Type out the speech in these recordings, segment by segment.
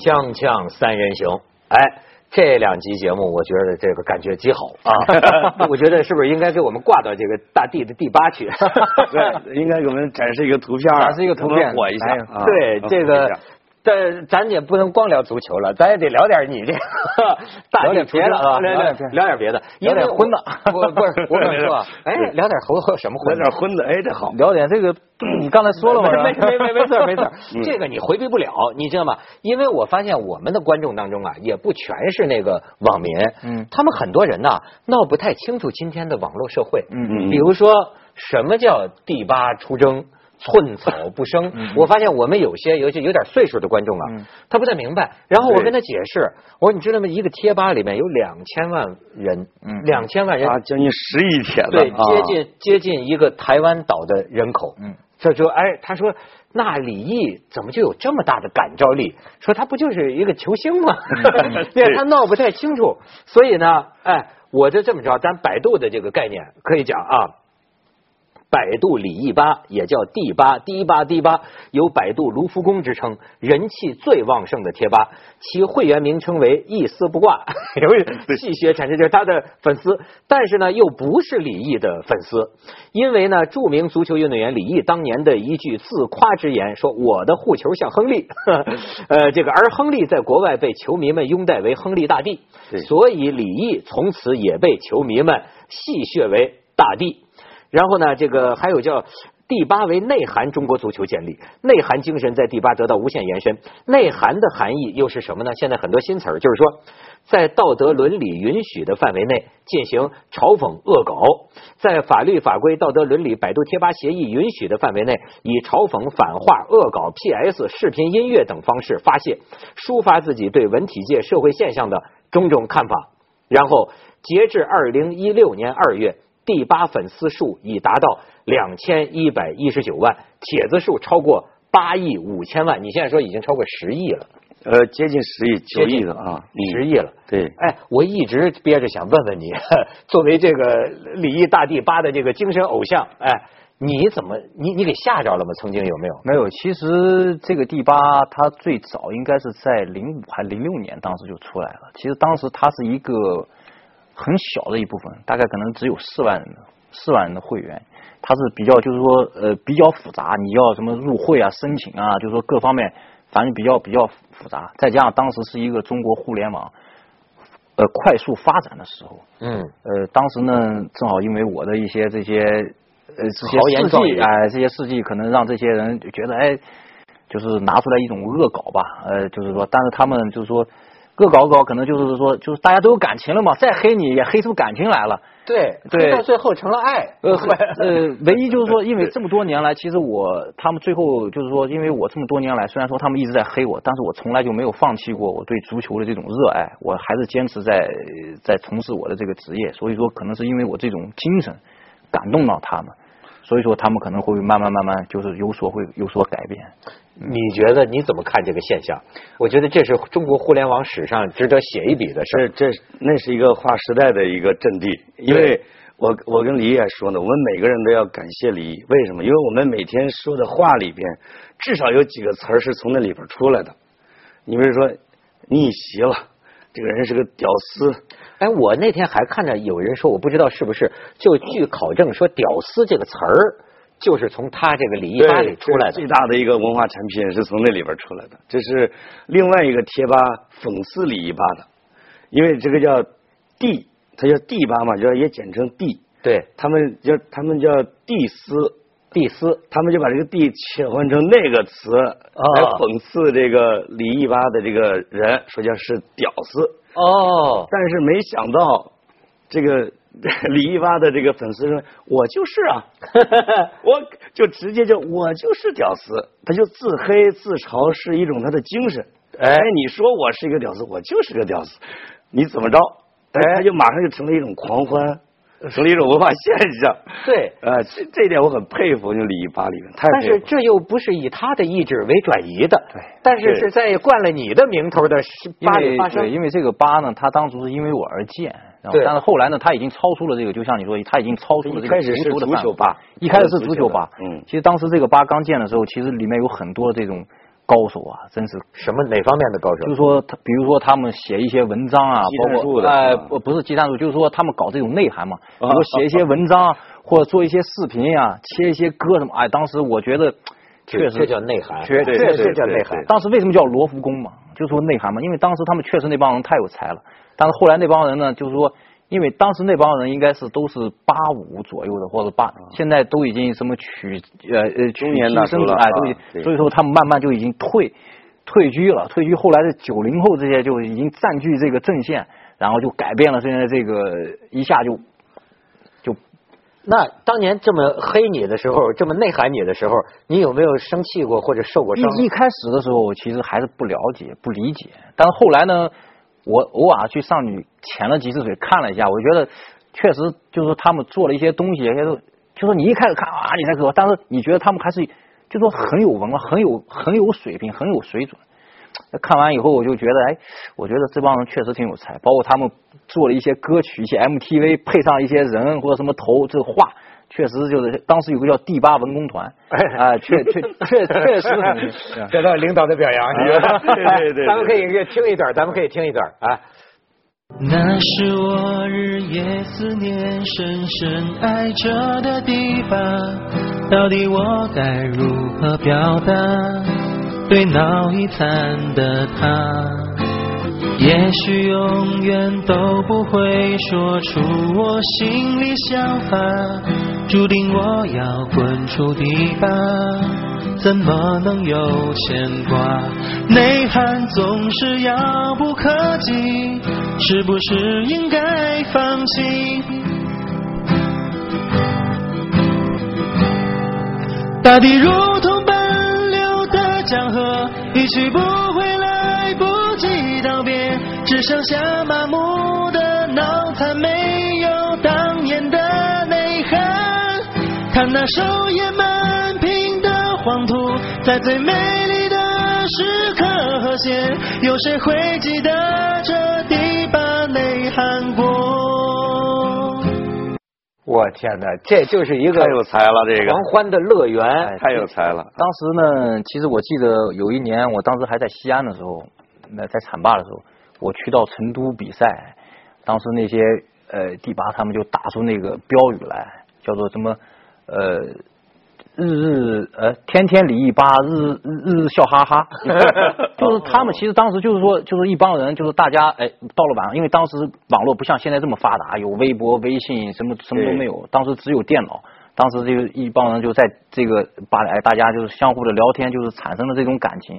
锵锵三人行，哎，这两集节目我觉得这个感觉极好啊， 我觉得是不是应该给我们挂到这个大地的第八 去？对，应该给我们展示一个图片，展示一个图片我们火一下。哎啊对我这们火一个下，但咱也不能光聊足球了，咱也得聊点你 这个大聊地点别的啊，别的聊点聊点别的，因为点荤的我不是我跟你 说啊，哎，对聊点猴猴什么来荤的点？荤的，哎，这好。聊点这个， 你刚才说了嘛，没没没没事儿没事儿 嗯，这个你回避不了，你知道吗？因为我发现我们的观众当中啊，也不全是那个网民，嗯他们很多人呐、闹不太清楚今天的网络社会，嗯嗯比如说什么叫第八出征。寸草不生，我发现我们有些，尤其有点岁数的观众啊嗯，他不太明白。然后我对跟他解释，我说你知道吗？一个贴吧里面有两千万人嗯，两千万人啊，将近十亿帖子，哎对，啊接近接近一个台湾岛的人口。嗯，这就哎，他说那李毅怎么就有这么大的感召力？说他不就是一个球星吗？对，他闹不太清楚，所以呢，哎，我就这么着，咱百度的这个概念可以讲啊。百度李毅吧，也叫第八、第八、第八，有百度卢浮宫之称，人气最旺盛的贴吧，其会员名称为一丝不挂， 有点戏谑产生就是他的粉丝，但是呢又不是李毅的粉丝，因为呢著名足球运动员李毅当年的一句自夸之言说我的护球像亨利， 呵呵呃这个而亨利在国外被球迷们拥戴为亨利大帝对，所以李毅从此也被球迷们戏谑为大帝。然后呢，这个还有叫第八为内涵中国足球建立，内涵精神在第八得到无限延伸。内涵的含义又是什么呢？现在很多新词儿，就是说，在道德伦理允许的范围内进行嘲讽恶搞，在法律法规、道德伦理、百度贴吧协议允许的范围内，以嘲讽、反话、恶搞、PS、视频、音乐等方式发泄，抒发自己对文体界社会现象的种种看法。然后，截至二零一六年二月，第八粉丝数已达到两千一百一十九万，帖子数超过八亿五千万。你现在说已经超过十亿了，呃，接近十亿，九接近亿的啊，嗯十亿了。对，哎，我一直憋着想问问你，作为这个李毅大帝八的这个精神偶像，哎，你怎么你你给吓着了吗？曾经有没有？没有，其实这个第八，它最早应该是在零五还零六年，当时就出来了。其实当时它是一个很小的一部分，大概可能只有四万人的四万人的会员，它是比较就是说呃比较复杂，你要什么入会啊、申请啊，就是说各方面反正比较比较复杂。再加上当时是一个中国互联网呃快速发展的时候，嗯呃，当时呢，正好因为我的一些这些呃这些豪言事壮迹，语哎、这些事迹可能让这些人就觉得哎，就是拿出来一种恶搞吧，呃，就是说，但是他们就是说恶搞恶搞，可能就是说，就是大家都有感情了嘛，再黑你也黑出感情来了。对对到最后成了爱。 呃呃，唯一就是说，因为这么多年来，其实我他们最后就是说，因为我这么多年来，虽然说他们一直在黑我，但是我从来就没有放弃过我对足球的这种热爱，我还是坚持在呃在从事我的这个职业。所以说，可能是因为我这种精神感动到他们，所以说他们可能会慢慢慢慢就是有所会有所改变。你觉得你怎么看这个现象？我觉得这是中国互联网史上值得写一笔的事儿。这这那是一个划时代的一个阵地，因为我我跟李毅也说呢，我们每个人都要感谢李毅，为什么？因为我们每天说的话里边，至少有几个词儿是从那里边出来的。你比如说逆袭了，这个人是个屌丝，哎，我那天还看着有人说，我不知道是不是，就据考证说“屌丝”这个词儿，就是从他这个李毅对，吧里出来这的最。大的一个文化产品是从那里边出来的，这是另外一个贴吧讽刺李一吧的，因为这个叫 D，它叫 D 吧嘛，就也简称 D，对，他们叫他们叫 D 斯，蒂斯，他们就把这个 D 切换成那个词来讽刺这个李一吧的这个人，说叫是屌丝，哦，但是没想到这个 李一吧的这个粉丝说，我就是 啊。我就直接就我就是屌丝，他就自黑自嘲是一种他的精神。哎，你说我是一个屌丝，我就是个屌丝，你怎么着？哎，呃他就马上就成了一种狂欢，成了一种文化现象。对，呃，这这一点我很佩服，就李一吧里面太但佩是服了。这又不是以他的意志为转移的，对但是对是在冠了你的名头的因八为里发对，生。因为这个八呢，它当初是因为我而建，然后对但是后来呢，它已经超出了这个，就像你说，它已经超出了这个一开始是足球的足范球围吧，一开始是足球吧吧，，嗯其实当时这个吧刚建的时候，其实里面有很多这种高手啊，真是什么哪方面的高手就是？说他，比如说他们写一些文章啊，技战包术括的哎、是吧不不是技战术，就是说他们搞这种内涵嘛，比啊如写一些文章、啊或者做一些视频啊，切一些歌什么，哎，当时我觉得这确实这叫内涵确对确对对实叫内对涵对。当时为什么叫罗浮宫嘛，就是说内涵嘛，因为当时他们确实那帮人太有才了，但是后来那帮人呢，就是说。因为当时那帮人应该是都是八五左右的，或者八，现在都已经什么取呃呃取啊中年机大生叔子了哎，啊都已经，对所以说他们慢慢就已经退退居了，退居后来的九零后这些就已经占据这个阵线，然后就改变了现在这个一下就就那当年这么黑你的时候，这么内涵你的时候，你有没有生气过或者受过伤？一一开始的时候，其实还是不了解、不理解，但是后来呢，我偶尔去上去潜了几次水，看了一下，我觉得确实就是说他们做了一些东西，有些都就说你一开始看啊，你在说，但是你觉得他们还是就说很有文化、很有很有水平、很有水准。看完以后，我就觉得，哎，我觉得这帮人确实挺有才，包括他们做了一些歌曲、一些 MTV，配上一些人或者什么头，这个画，确实就是当时有个叫第八文工团，啊、确确确 确 实很。啊得到领导的表扬，你觉得？对对对对咱们可以听一段，咱们可以听一段啊。那是我日夜思念、深深爱着的地方，到底我该如何表达对脑溢残的他？也许永远都不会说出我心里想法，注定我要滚出堤坝，怎么能有牵挂？内涵总是遥不可及，是不是应该放弃？大地如同奔流的江河，一去不回，来不及道别，只剩下麻木的脑残，没有当年的内涵。看那首页满屏的黄土，在最美丽的时刻和谐，有谁会记得这第八内涵国？我天哪，这就是一个太有才了，这个哎狂欢的乐园。太有才了。当时呢，其实我记得有一年，我当时还在西安的时候，那在浐灞的时候，我去到成都比赛，当时那些呃第八他们就打出那个标语来，叫做什么呃日日呃天天李一吧，日日日日笑哈 哈，就是他们其实当时就是说就是一帮人，就是大家哎到了晚上，因为当时网络不像现在这么发达，有微博、微信什么什么都没有，当时只有电脑。当时就一帮人就在这个吧哎，大家就是相互的聊天，就是产生了这种感情，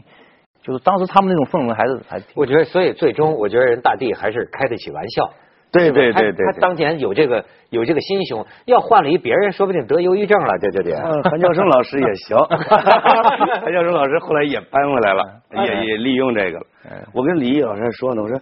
就是当时他们那种氛围还是还挺。我觉得，所以最终，我觉得人大地还是开得起玩笑。对是吧对他对对他对当年有这个有这个心胸，要换了一别人，说不定得忧郁症了，这这得。嗯，韩教授老师也行，韩教授老师后来也搬回来了，也也利用这个了。我跟李毅老师还说呢，我说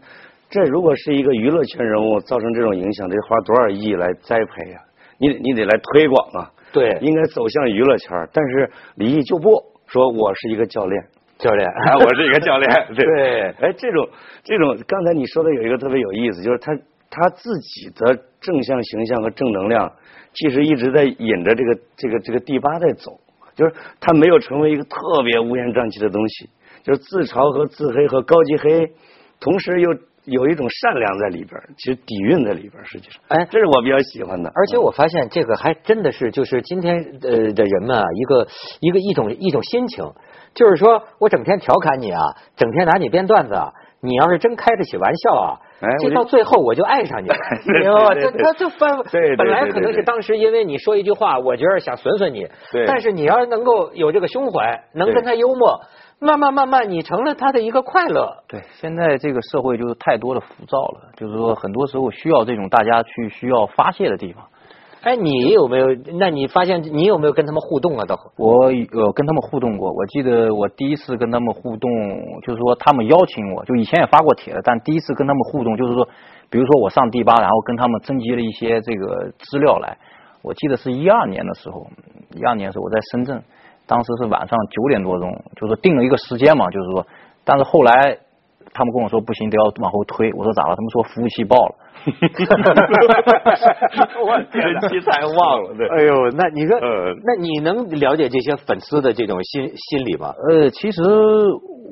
这如果是一个娱乐圈人物造成这种影响，得花多少亿来栽培呀、你得你得来推广啊，对 应该走向娱乐圈。但是李毅就不说，我是一个教练，教练， 哎，我是一个教练，对对哎，这种这种，刚才你说的有一个特别有意思，就是他他自己的正向形象和正能量，其实一直在引着这个这个这个第八在走，就是他没有成为一个特别乌烟瘴气的东西，就是自嘲和自黑和高级黑，同时又有一种善良在里边儿，其实底蕴在里边儿，实际上， 哎这是我比较喜欢的，而 且我发现这个还真的是，就是今天呃的人们啊，一个一个一种一种心情，就是说我整天调侃你啊，整天拿你编段子啊，你要是真开得起玩笑啊哎，我这就到最后我就爱上你了， 对明白吧？对这对他就翻对对，本来对可对能是对当时因为你说一句话，我觉得想损损你，对但是你要是能够有这个胸怀，能对跟他幽默，慢慢慢慢，你成了他的一个快乐。对，现在这个社会就是太多的浮躁了，就是说很多时候需要这种大家去需要发泄的地方。哎，你有没有？那你发现你有没有跟他们互动啊？都我呃跟他们互动过，我记得我第一次跟他们互动，就是说他们邀请我，就以前也发过帖了，但第一次跟他们互动就是说，比如说我上第八，然后跟他们征集了一些这个资料来，我记得是一二年的时候，一二年的时候我在深圳，当时是晚上九点多钟，就是定了一个时间嘛，就是说，但是后来他们跟我说不行，得要往后推，我说咋了？他们说服务器爆了， 我天哪，题材 忘了，对。哎呦，那你说，呃那你能了解这些粉丝的这种心心理 吗？呃，其实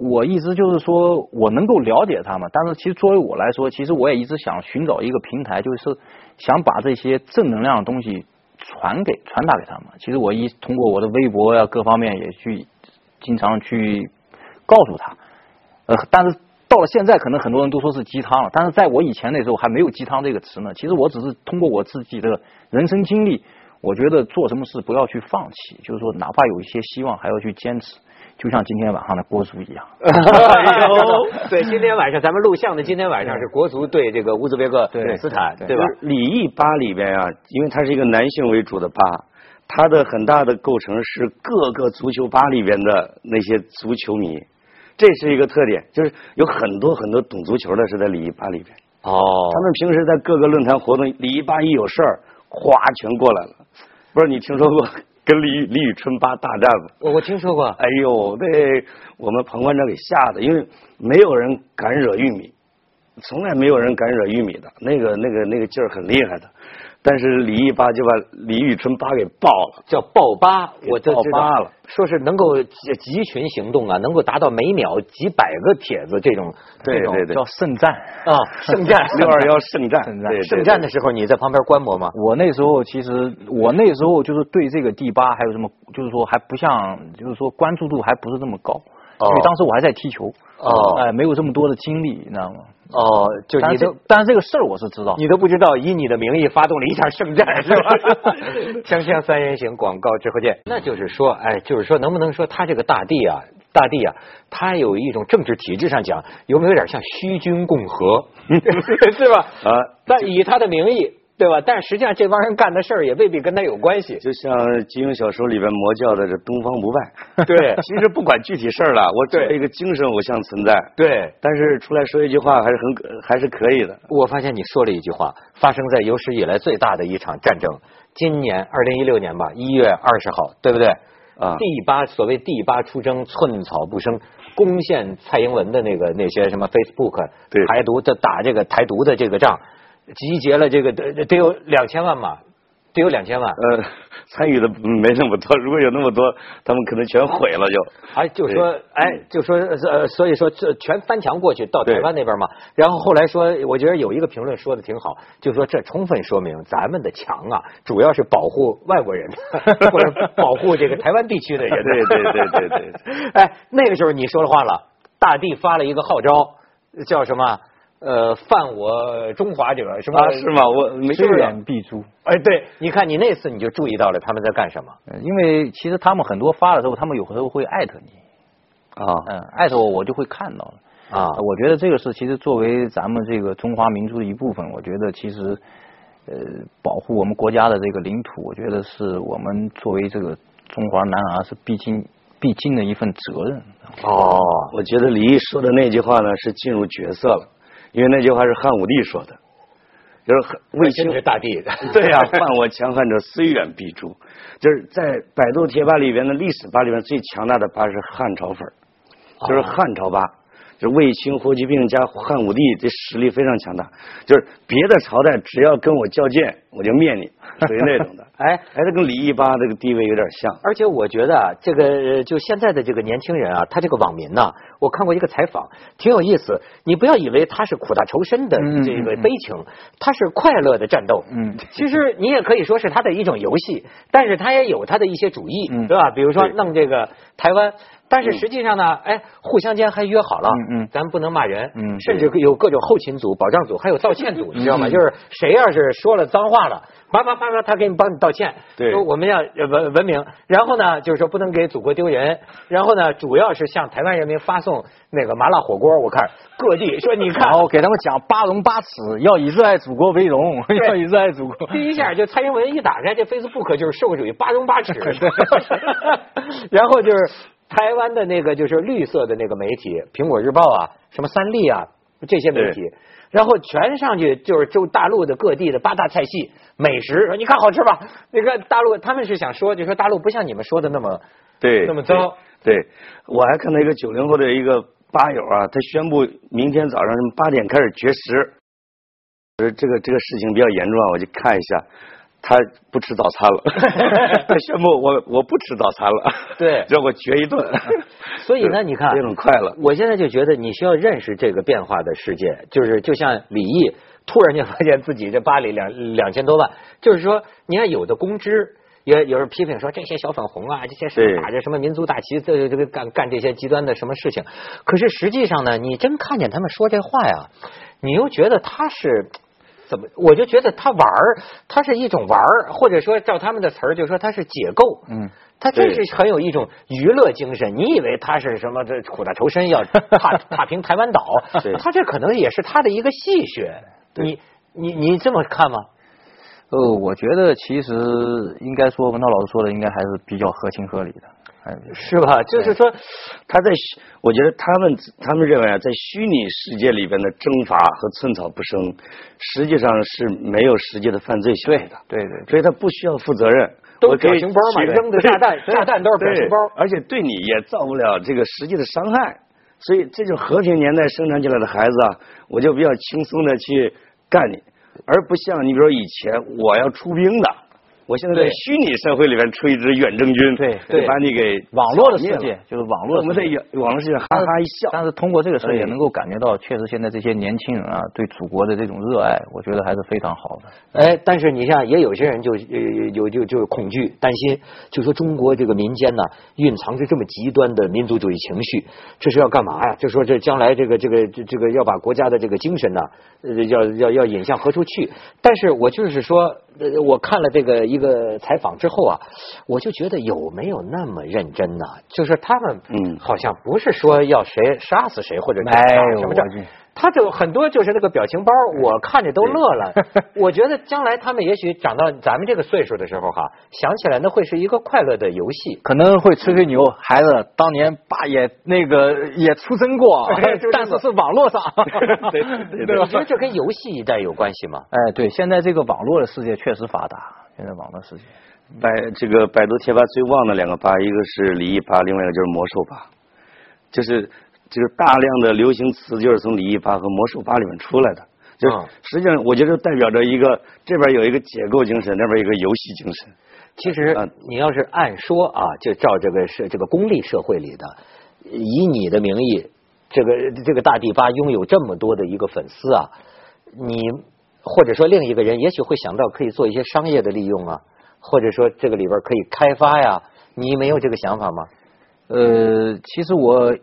我一直就是说我能够了解他们，但是其实作为我来说，其实我也一直想寻找一个平台，就是想把这些正能量的东西传给传达给他们。其实我一通过我的微博呀、各方面也去经常去告诉他，呃，但是。到了现在，可能很多人都说是鸡汤了，但是在我以前那时候还没有“鸡汤”这个词呢。其实我只是通过我自己的人生经历，我觉得做什么事不要去放弃，就是说哪怕有一些希望，还要去坚持。就像今天晚上的郭叔一样，哎 对，今天晚上咱们录像的，今天晚上是国足对这个乌兹别克对乌斯坦，对对吧？就是李毅吧里边啊，因为它是一个男性为主的吧，它的很大的构成是各个足球吧里边的那些足球迷，这是一个特点，就是有很多很多懂足球的是在李毅吧里边，哦他们平时在各个论坛活动，李毅吧一有事儿，哗全过来了。不是你听说过跟李宇李宇春吧大战吗？我我听说过，哎呦，被我们旁观者给吓的，因为没有人敢惹玉米，从来没有人敢惹玉米的，那个那个那个劲儿很厉害的。但是李毅吧就把李宇春吧给爆 了，叫爆吧，给哦我就知道爆吧了，说是能够集集群行动啊，能够达到每秒几百个帖子这种对这种对对叫圣战。 啊圣 战六二幺圣战，圣战对对圣战的时候，你在旁边观摩吗？我那时候其实，我那时候就是对这个第八还有什么，就是说还不像，就是说关注度还不是那么高，因为当时我还在踢球，哦哎、没有这么多的精力，你知道吗？哦，就但你是都这但是这个事儿我是知道，你都不知道，以你的名义发动了一场圣战，是 吧？锵锵三人行广告直播间，那就是说，哎，就是说，能不能说他这个大帝啊，大帝啊，他有一种政治体制上讲，有没有点像虚君共和， 是吧？啊，但以他的名义，对吧？但实际上这帮人干的事儿也未必跟他有关系。就像金庸小说里边魔教的这东方不败，对 其实不管具体事儿了，我作对为一个精神偶像存在，对，但是出来说一句话还是很可还是可以的，我发现你说了一句话，发生在有史以来最大的一场战争，今年二零一六年吧，一月二十号，对不对？啊第八所谓第八出征，寸草不生，攻陷蔡英文的那个那些什么 Facebook 对台独的打这个台独的这个仗，集结了这个得得有两千万吧，得有两千万。呃，参与的没那么多，如果有那么多，他们可能全毁了就。哎，就说哎，就说呃，所以说这全翻墙过去到台湾那边嘛。然后后来说，我觉得有一个评论说的挺好，就说这充分说明咱们的墙啊，主要是保护外国人， 或者保护这个台湾地区的人。对对对对对。 哎，那个时候你说的话了，大帝发了一个号召，叫什么？呃，犯我中华者什么？啊，是吗？我没虽注意到。远必诛。哎，对，你看你那次你就注意到了他们在干什么。呃因为其实他们很多发的时候，他们有时候会艾特你，啊，嗯，艾特我我就会看到了。啊我觉得这个是其实作为咱们这个中华民族的一部分，我觉得其实呃保护我们国家的这个领土，我觉得是我们作为这个中华男儿是必经必经的一份责任。 哦，我觉得李毅说的那句话呢是进入角色了，因为那句话是汉武帝说的，就是汉卫青真是大帝。 对呀、犯我强汉者，虽远必诛。就是在百度贴吧里边的历史吧里边最强大的吧是汉朝粉儿，就是汉朝吧，就是卫青、霍去病加汉武帝，这实力非常强大。就是别的朝代只要跟我较劲，我就灭你，属于那种 的。 哎，哎，这跟李毅吧这个地位有点像。而且我觉得啊，这个呃就现在的这个年轻人啊，他这个网民呐，我看过一个采访，挺有意思。你不要以为他是苦大仇深的嗯这个悲情，他是快乐的战斗。 嗯， 其实你也可以说是他的一种游戏，但是他也有他的一些主义，嗯对吧？比如说对弄这个台湾。但是实际上呢，哎，互相间还约好了，嗯嗯咱不能骂人，嗯甚至有各种后勤组、保障组，还有道歉组，你知道吗？就是谁要是说了脏话了，叭叭叭叭，他给你帮你道歉，对说我们要呃文文明，然后呢，就是说不能给祖国丢人，然后呢，主要是向台湾人民发送那个麻辣火锅，我看各地说你看然。后给他们讲八荣八耻，要以热爱祖国为荣，对要以热爱祖国。第一下就蔡英文一打开这 Facebook 就是社会主义八荣八耻，然后就是台湾的那个就是绿色的那个媒体，苹果日报啊，什么三立啊这些媒体，然后全上去就是就大陆的各地的八大菜系美食，说你看好吃吧？那个大陆他们是想说，就说大陆不像你们说的那么对，那么糟。对，对我还看到一个九零后的一个吧友啊，他宣布明天早上八点开始绝食。我说这个这个事情比较严重啊，我就看一下。他不吃早餐 了，他宣布我我不吃早餐了，对让我绝一顿。所以呢，你看，这种快乐，我现在就觉得你需要认识这个变化的世界，就是就像李毅突然间发现自己这巴黎两两千多万，就是说，你看有的公知。也有人批评说这些小粉红啊，这些是对打着什么民族大旗，这这个干干这些极端的什么事情。可是实际上呢，你真看见他们说这话呀，你又觉得他是怎么？我就觉得他玩儿，他是一种玩儿，或者说照他们的词儿，就说他是解构。嗯，他真是很有一种娱乐精神。你以为他是什么这苦大仇 深要踏踏平台湾岛对？他这可能也是他的一个戏谑。你你你这么看吗？呃，我觉得其实应该说文涛老师说的应该还是比较合情合理的，哎还是比较是吧？就是说，他在虚，我觉得他们他们认为啊，在虚拟世界里边的征伐和寸草不生，实际上是没有实际的犯罪行为的，对对对所以他不需要负责任。都是我可表以情包嘛随便扔的炸弹对炸弹都是表情包对而且对你也造不了这个实际的伤害。所以这种和平年代生产起来的孩子啊，我就比较轻松的去干你，而不像你比如说以前我要出兵的。我现在在对虚拟社会里面出一支远征军，对对就把你给网络的世灭了界，就是网络我的们世在界。网络世界哈哈一笑，但是通过这个事儿也哎能够感觉到，确实现在这些年轻人啊，对祖国的这种热爱，我觉得还是非常好的。哎，但是你像也有些人就呃有就就恐惧担心，就说中国这个民间呢蕴藏着这么极端的民族主义情绪，这是要干嘛呀？就说这将来这个这个这这个要把国家的这个精神呢，呃要要要引向何处去？但是我就是说，呃我看了这个一个采访之后啊，我就觉得有没有那么认真呢、就是他们嗯好像不是说要谁杀死谁或者哎打呦什么仗我去哎他就很多就是那个表情包，我看着都乐了。 我觉得将来他们也许长到咱们这个岁数的时候哈，想起来那会是一个快乐的游戏。可能会吹吹牛，孩子当年爸也那个也出征过 对出征过，哎但是是网 络 上，对对你对觉得这跟游戏一代有关系吗？哎，对，现在这个网络的世界确实发达，现在网络世界，百这个百度贴吧最旺的两个吧，一个是李毅吧，另外一个就是魔兽吧，就是这个大量的流行词就是从李毅吧和魔兽吧里面出来的。就是啊嗯实际上，我觉得代表着一个这边有一个解构精神，那边有一个游戏精神。其实嗯你要是按说啊，就照这个社这个公立社会里的，以你的名义，这个这个大地吧拥有这么多的一个粉丝啊，你或者说另一个人也许会想到可以做一些商业的利用啊，或者说这个里边可以开发呀，你没有这个想法吗？呃，其实我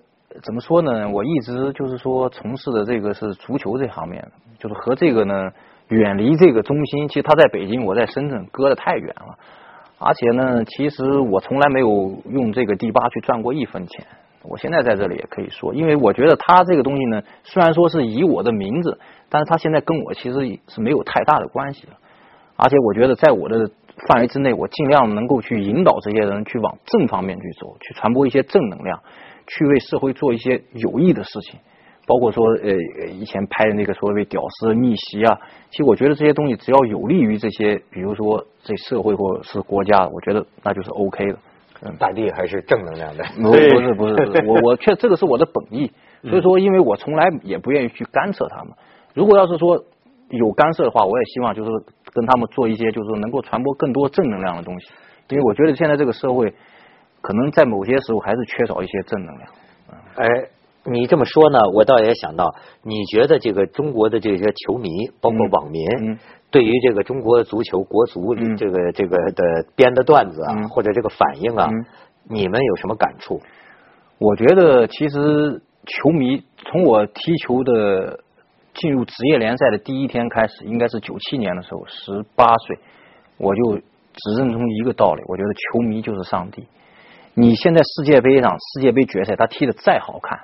怎么说呢？我一直就是说从事的这个是足球这方面的，就是和这个呢远离这个中心。其实他在北京，我在深圳，隔得太远了。而且呢，其实我从来没有用这个第八去赚过一分钱。我现在在这里也可以说，因为我觉得他这个东西呢，虽然说是以我的名字，但是他现在跟我其实是没有太大的关系了。而且我觉得在我的范围之内，我尽量能够去引导这些人去往正方面去走，去传播一些正能量，去为社会做一些有益的事情。包括说，呃，呃以前拍的那个所谓“屌丝逆袭”啊，其实我觉得这些东西只要有利于这些，比如说这社会或者是国家，我觉得那就是 OK 的。嗯大地还是正能量的。 不不是不是不是，我我确这个是我的本意，所以说因为我从来也不愿意去干涉他们。如果要是说有干涉的话，我也希望就是跟他们做一些就是能够传播更多正能量的东西，因为我觉得现在这个社会可能在某些时候还是缺少一些正能量。哎，你这么说呢，我倒也想到，你觉得这个中国的这些球迷，包括嗯网民，嗯对于这个中国足球国足嗯这个、这个的编的段子啊，嗯或者这个反应啊，嗯你们有什么感触？我觉得其实球迷从我踢球的进入职业联赛的第一天开始，应该是九七年的时候，十八岁，我就只认同一个道理，我觉得球迷就是上帝。你现在世界杯上世界杯决赛，他踢得再好看，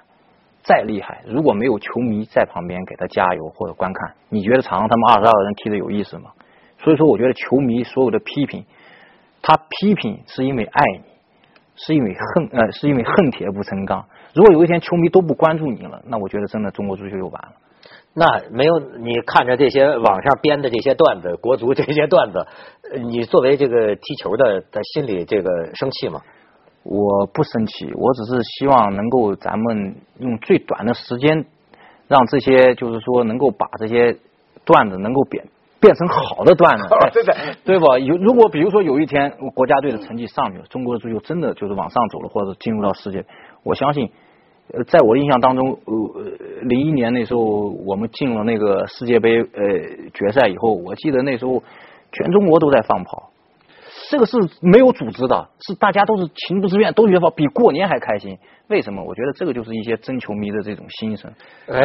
再厉害，如果没有球迷在旁边给他加油或者观看，你觉得场上他们二十二个人踢得有意思吗？所以说，我觉得球迷所有的批评，他批评是因为爱你，是因为恨呃是因为恨铁不成钢。如果有一天球迷都不关注你了，那我觉得真的中国足球就完了。那没有，你看着这些网上编的这些段子，国足这些段子，呃你作为这个踢球的，在心里这个生气吗？我不生气，我只是希望能够咱们用最短的时间，让这些就是说能够把这些段子能够变变成好的段子， 对的对吧？有如果比如说有一天国家队的成绩上去了，中国的足球真的就是往上走了，或者进入到世界，我相信，呃，在我印象当中，呃，零一年那时候我们进了那个世界杯呃决赛以后，我记得那时候全中国都在放炮。这个是没有组织的，是大家都是情不自愿，都觉得比过年还开心。为什么？我觉得这个就是一些真球迷的这种心声。哎，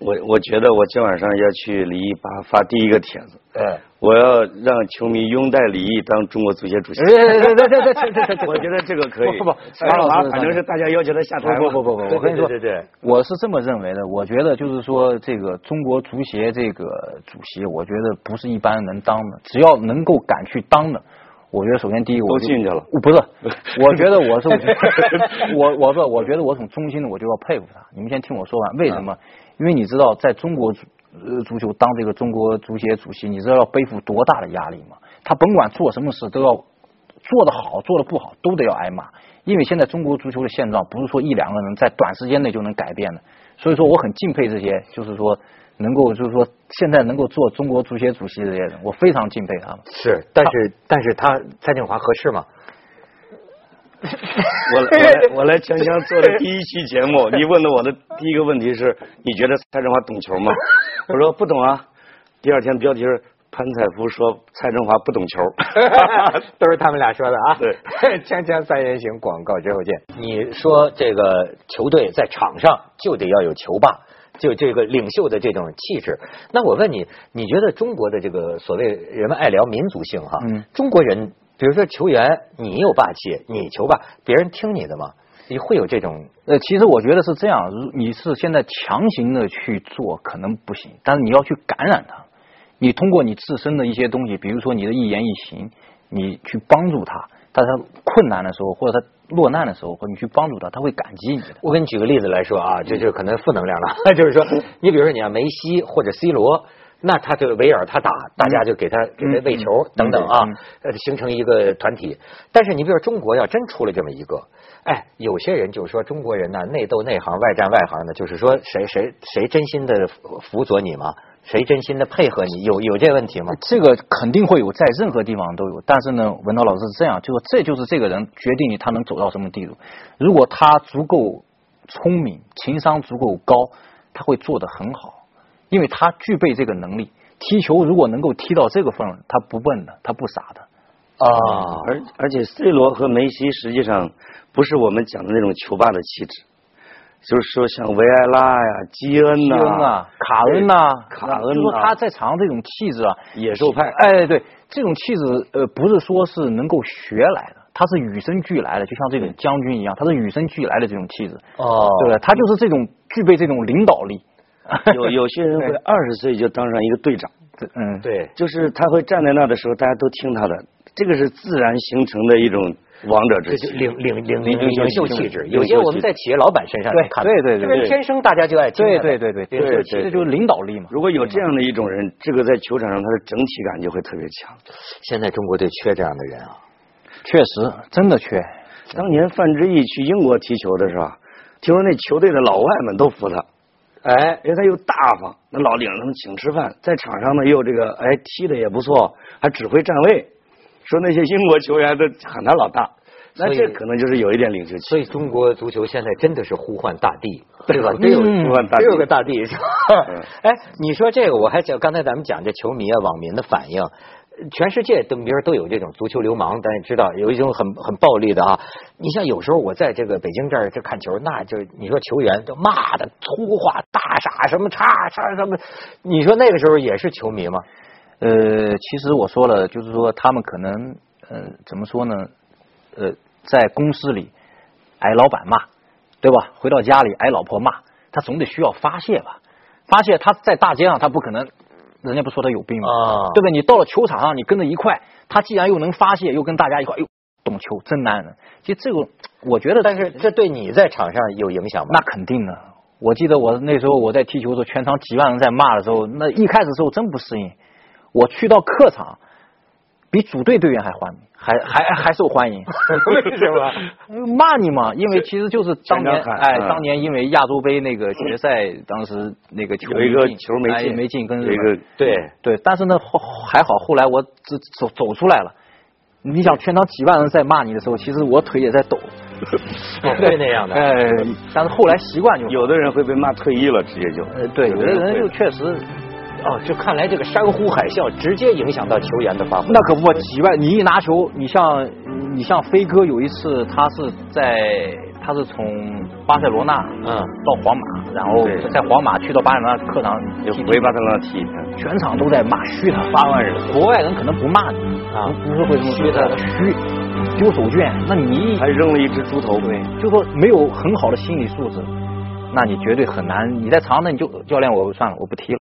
我我觉得我今晚上要去李毅吧发第一个帖子，嗯，我要让球迷拥戴李毅当中国足协主席。对对对对对对对，我觉得这个可以。哎不不不哎马老师反正是大家要求他下台嘛。不不不不不，我跟你说，对对对对我是这么认为的。我觉得就是说，这个中国足协这个主席，我觉得不是一般人能当的。只要能够敢去当的，我觉得首先第一，我都就进去了。我不是，我觉得我 是我我不我觉得我从衷心的我就要佩服他。你们先听我说完，为什么？因为你知道，在中国足呃足球当这个中国足协主席，你知道要背负多大的压力吗？他甭管做什么事都要做得好，做得不好都得要挨骂。因为现在中国足球的现状不是说一两个人在短时间内就能改变的，所以说我很敬佩这些，就是说能够就是说现在能够做中国足协主席的这些人，我非常敬佩他们。是，但啊是但是他蔡振华合适吗？我 我来我来锵锵做的第一期节目，你问的我的第一个问题是，你觉得蔡振华懂球 吗？我说不懂啊。第二天标题是潘采夫说蔡振华不懂 球。 都是他们俩说的啊。对， 锵锵三人行广告之后见。你说这个球队在场上就得要有球霸，就这个领袖的这种气质。那我问你，你觉得中国的这个所谓人们爱聊民族性哈、嗯中国人，比如说球员，你有霸气，你球霸，别人听你的吗？你会有这种呃，其实我觉得是这样，如你是现在强行的去做可能不行，但是你要去感染他，你通过你自身的一些东西，比如说你的一言一行，你去帮助他，但他困难的时候或者他落难的时候，或者你去帮助他，他会感激你的。我给你举个例子来说啊，这就是可能负能量了， 就是说，你比如说你要梅西或者 C 罗，那他就围绕他打，大家就给他给他喂球等等啊嗯，呃，形成一个团体。但是你比如说中国要真出了这么一个，哎，有些人就说中国人呢内斗内行，外战外行呢，就是说谁谁谁真心的辅佐你吗？谁真心的配合你？有有这问题吗？这个肯定会有，在任何地方都有。但是呢，文涛老师是这样，就说这就是这个人决定你他能走到什么地步。如果他足够聪明，情商足够高，他会做得很好，因为他具备这个能力。踢球如果能够踢到这个份儿，他不笨的，他不傻的。啊，而而且 C 罗和梅西实际上不是我们讲的那种球霸的气质，就是说像维埃拉呀、基恩基呐、恩啊，卡恩呐、嗯哎卡恩呐就说他在场上这种气质啊，野兽派哎，对，这种气质呃，不是说是能够学来的，他是与生俱来的，就像这种将军一样，他是与生俱来的这种气质。哦，对不对？他就是这种具备这种领导力。有有些人会二十岁就当上一个队长，这 嗯，对，就是他会站在那的时候，大家都听他的，这个是自然形成的一种王者这之就气。领领领领领领袖气质，有些我们在企业老板身上对能看到，对对对这个人对天生大家就爱听对他的对对对领袖对气这就是领导力嘛。如果有这样的一种人，这个在球场上他的整体感就会特别强。现在中国队缺这样的人啊，确实，真的缺。当年范志毅去英国踢球的时候，听说那球队的老外们都服他，哎，因为他又大方，那老领着他们请吃饭，在场上呢又这个哎踢的也不错，还指挥站位，说那些英国球员都喊他老大，那所以这可能就是有一点领袖气。所以中国足球现在真的是呼唤大地，对吧？对真有呼唤大地真有个大地是吧嗯？ 哎，你说这个，我还想刚才咱们讲这球迷啊、网民的反应。全世界都别人都有这种足球流氓，咱也知道有一种很很暴力的啊。你像有时候我在这个北京这儿这看球，那就你说球员就骂的粗话、大傻什么叉叉什么，你说那个时候也是球迷吗？呃，其实我说了，就是说他们可能呃，怎么说呢？呃，在公司里挨老板骂，对吧？回到家里挨老婆骂，他总得需要发泄吧？发泄他在大街上，他不可能，人家不说他有病吗？啊对不对？你到了球场上，你跟着一块，他既然又能发泄，又跟大家一块，又懂球，真男人。其实这个，我觉得，但是这对你在场上有影响吗？那肯定的。我记得我那时候我在踢球的时候，全场几万人在骂的时候，那一开始的时候真不适应。我去到客场，比组队队员还欢迎，还还还受欢迎。为什么？骂你嘛，因为其实就是当年全场喊哎，嗯当年因为亚洲杯那个决赛，当时那个球有一个进球没哎进没进，跟有一个对，对，但是呢后还好，后来我走走走出来了。你想全场几万人在骂你的时候，其实我腿也在抖。不 会那样的。哎，但是后来习惯就好有的人会被骂退役了，直接就。呃对，有的嗯人就会确实哦，就看来这个山呼海啸直接影响到球员的发挥。那可不，几万你一拿球，你像你像飞哥有一次，他是在他是从巴塞罗那嗯到皇马，然后对在皇马去到巴塞罗那客场就踢回巴塞罗那踢。嗯全场都在骂虚他，八万人，国外人可能不骂你啊不不是会这么说的，哎虚丢手绢，那你一还扔了一只猪头，对，就说没有很好的心理素质，那你绝对很难。你在场上，那你就教练我算了，我不踢了，